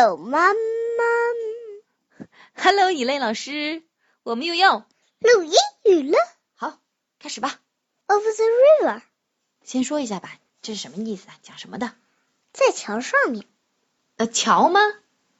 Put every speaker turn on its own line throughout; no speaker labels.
狗妈妈
Hello，以类老师，我们又要
录英语了
好开始吧。
，Over the river，
先说一下吧，这是什么意思啊？讲什么的？
在桥上面，
呃，桥吗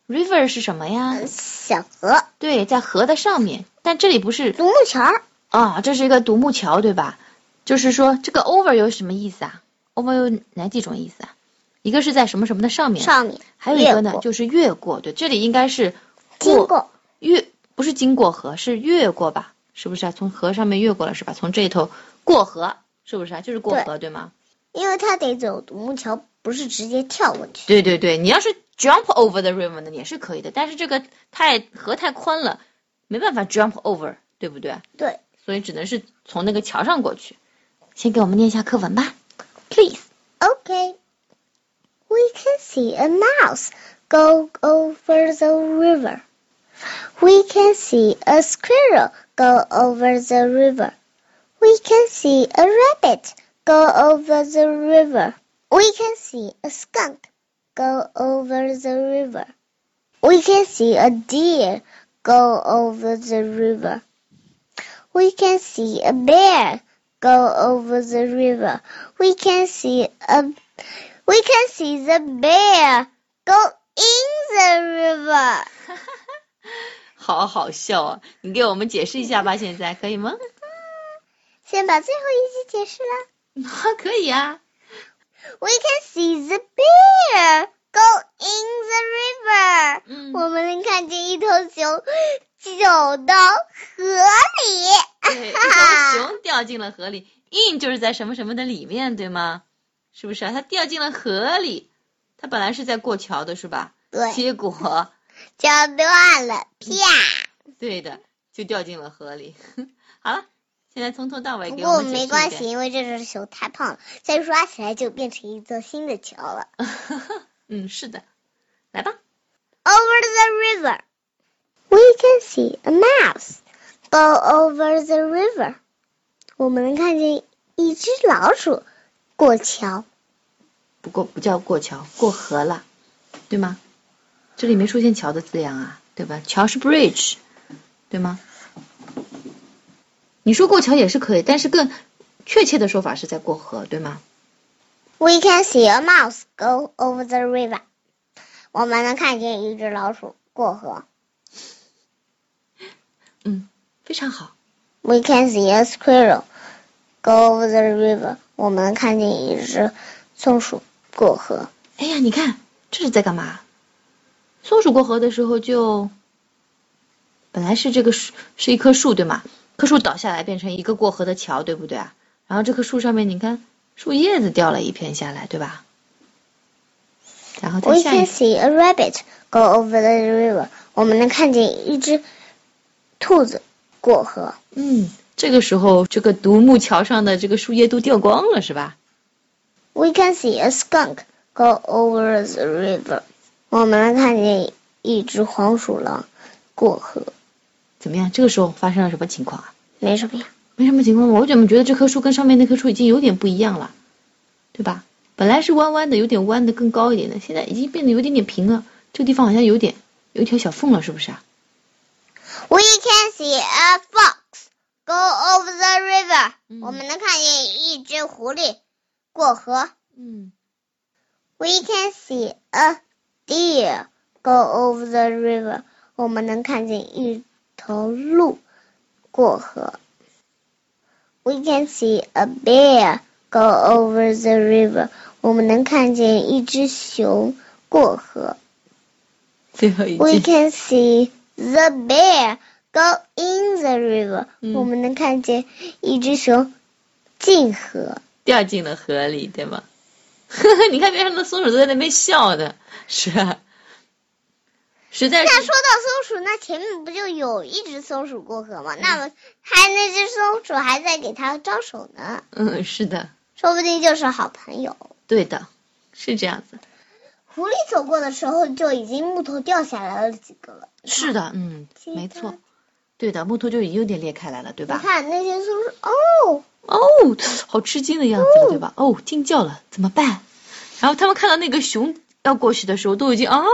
？River 是什么呀？
呃小河，
对，在河的上面。但这里不是
独木桥儿，
啊，这是一个独木桥，对吧？就是说这个 over 有什么意思啊？over 有哪几种意思啊？一个是在什么什么的上面，
上面
嗯还有一个
越
呢
过
就是越过。对，这里应该是
经过
越不是经过河，是越过吧？是不是啊？从河上面越过了是吧？从这头过河是不是啊？就是过
对
河对吗？
因为他得走独木桥，不是直接跳过去。
对对对，你要是 jump over the river 呢也是可以的，但是这个太河太宽了，没办法 jump over，对不对？
对
所以只能是从那个桥上过去。先给我们念一下课文吧，please。
，OK。We can see a mouse go over the river. We can see a squirrel go over the river. We can see a rabbit go over the river. We can see a skunk go over the river. We can see a deer go over the river. We can see a bear go over the river. We can see a we can see the bear go in the river.
好好笑啊！你给我们解释一下吧，现在可以吗？
先把最后一句解释了。
可以 啊。
We can see the bear go in the river.
嗯，
我们能看见一头熊走到河里。
对，一头熊掉进了河里，in 就是在什么什么的里面，对吗？是不是啊？它掉进了河里，它本来是在过桥的，是吧？
对，
结果，
脚断了，啪！
对的，就掉进了河里。 好了，现在从头到尾
不
给
过
嗯们解释
没
一
关
遍
系，。因为这只熊太胖了，再刷起来就变成一座新的桥了。
嗯，是的，来吧。
over the river. We can see a mouse go over the river. 我们能看见一只老鼠过桥。
不过不叫过桥，过河了，对吗？这里没出现桥的字样啊，对吧？桥是 bridge，对吗？你说过桥也是可以，但是更确切的说法是在过河，对吗？
We can see a mouse go over the river. 我们能看见一只老鼠过河。
嗯非常好，
We can see a squirrel go over the river. 我们能看见一只松鼠过河。
哎呀，你看这是在干嘛？松鼠过河的时候就，本来是这个树是一棵树对吗？棵树倒下来变成一个过河的桥，对不对啊？然后这棵树上面你看树叶子掉了一片下来，对吧？然后再
We
下一
can
个
see a rabbit go over the river. 我们能看见一只兔子过河。
嗯，这个时候这个独木桥上的这个树叶都掉光了是吧？
We can see a skunk go over the river. 我们能看见一只黄鼠狼过河。
怎么样？这个时候发生了什么情况啊？
没什么呀。
没什么情况，我怎么觉得这棵树跟上面那棵树已经有点不一样了，对吧？本来是弯弯的，有点弯的更高一点的，现在已经变得有点点平了。这个地方好像有点有一条小缝了，是不是啊？
We can see a fox go over the river.
嗯
我们能看见一只狐狸过河。
嗯，
We can see a deer go over the river. 我们能看见一头鹿过河。We can see a bear go over the river. 我们能看见一只熊过河。
最后一
We
句，
can see the bear go in the river.
嗯
我们能看见一只熊进河。
掉进了河里，对吗？ 你看边上的松鼠都在那边笑的，是啊，实在是
那说到松鼠，那前面不就有一只松鼠过河吗？
嗯
那么还那只松鼠还在给它招手呢，
嗯，是的，
说不定就是好朋友。
对的，是这样子，
狐狸走过的时候，就已经木头掉下来了几个了。
是的，嗯，
其他
没错，对的，木头就已经有点裂开来了，对
你
吧？
看那些松鼠，哦，
哦，好吃惊的样子了，对吧？哦，惊叫了，怎么办？然后他们看到那个熊，要过去的时候都已经啊，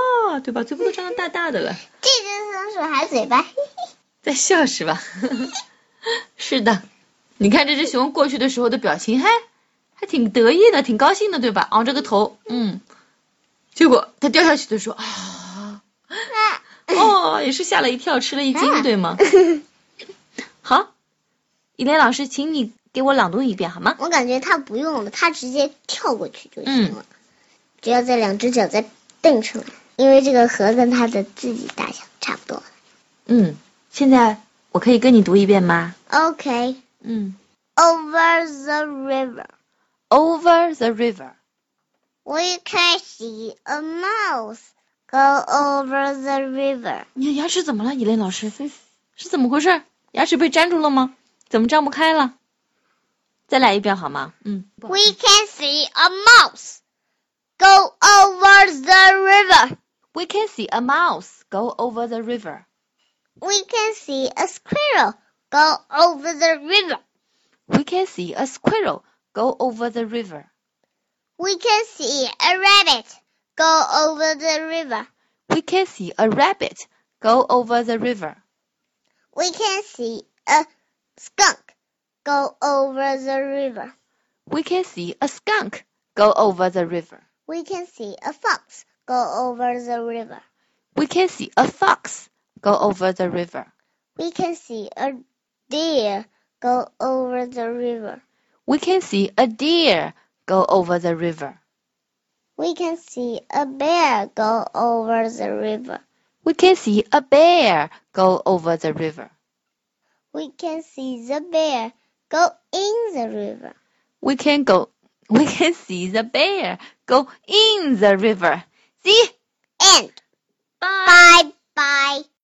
对吧？嘴巴都张得大大的了，
这只松鼠还嘴巴嘿嘿，
在笑是吧？ 是的，你看这只熊过去的时候的表情，还还挺得意的，挺高兴的，对吧？昂着个头，嗯。结果它掉下去的时候啊，哦，也是吓了一跳，吃了一惊，对吗？好，伊莲老师，请你给我朗读一遍好吗？
我感觉它不用了，它直接跳过去就行了，只要在两只脚再蹬出来，因为这个河跟它的自己大小差不多。
嗯，现在我可以跟你读一遍吗？
OK,
嗯
over the river,
，Over the river,
we can see a mouse go over the river.
你的牙齿怎么了，伊莲老师？是怎么回事？牙齿被粘住了吗？怎么张不开了？再来一遍好吗？嗯
We can see a mouse go over the river.
We can see a mouse go over the river.
We can see a squirrel go over the river.
We can see a squirrel go over the river.
We can see a rabbit go over the river.
We can see a rabbit go over the river.
We can see a skunk go over the river.
We can see a skunk go over the river.
We can see a fox go over the river.
We can see a fox go over the river.
We can see a deer go over the river.
We can see a deer go over the river.
We can see a bear go over the river.
We can see a bear go over the river.
We can see the bear go in the river.
We can go. We can see the bear go in the river. See.
And bye
Bye.
bye.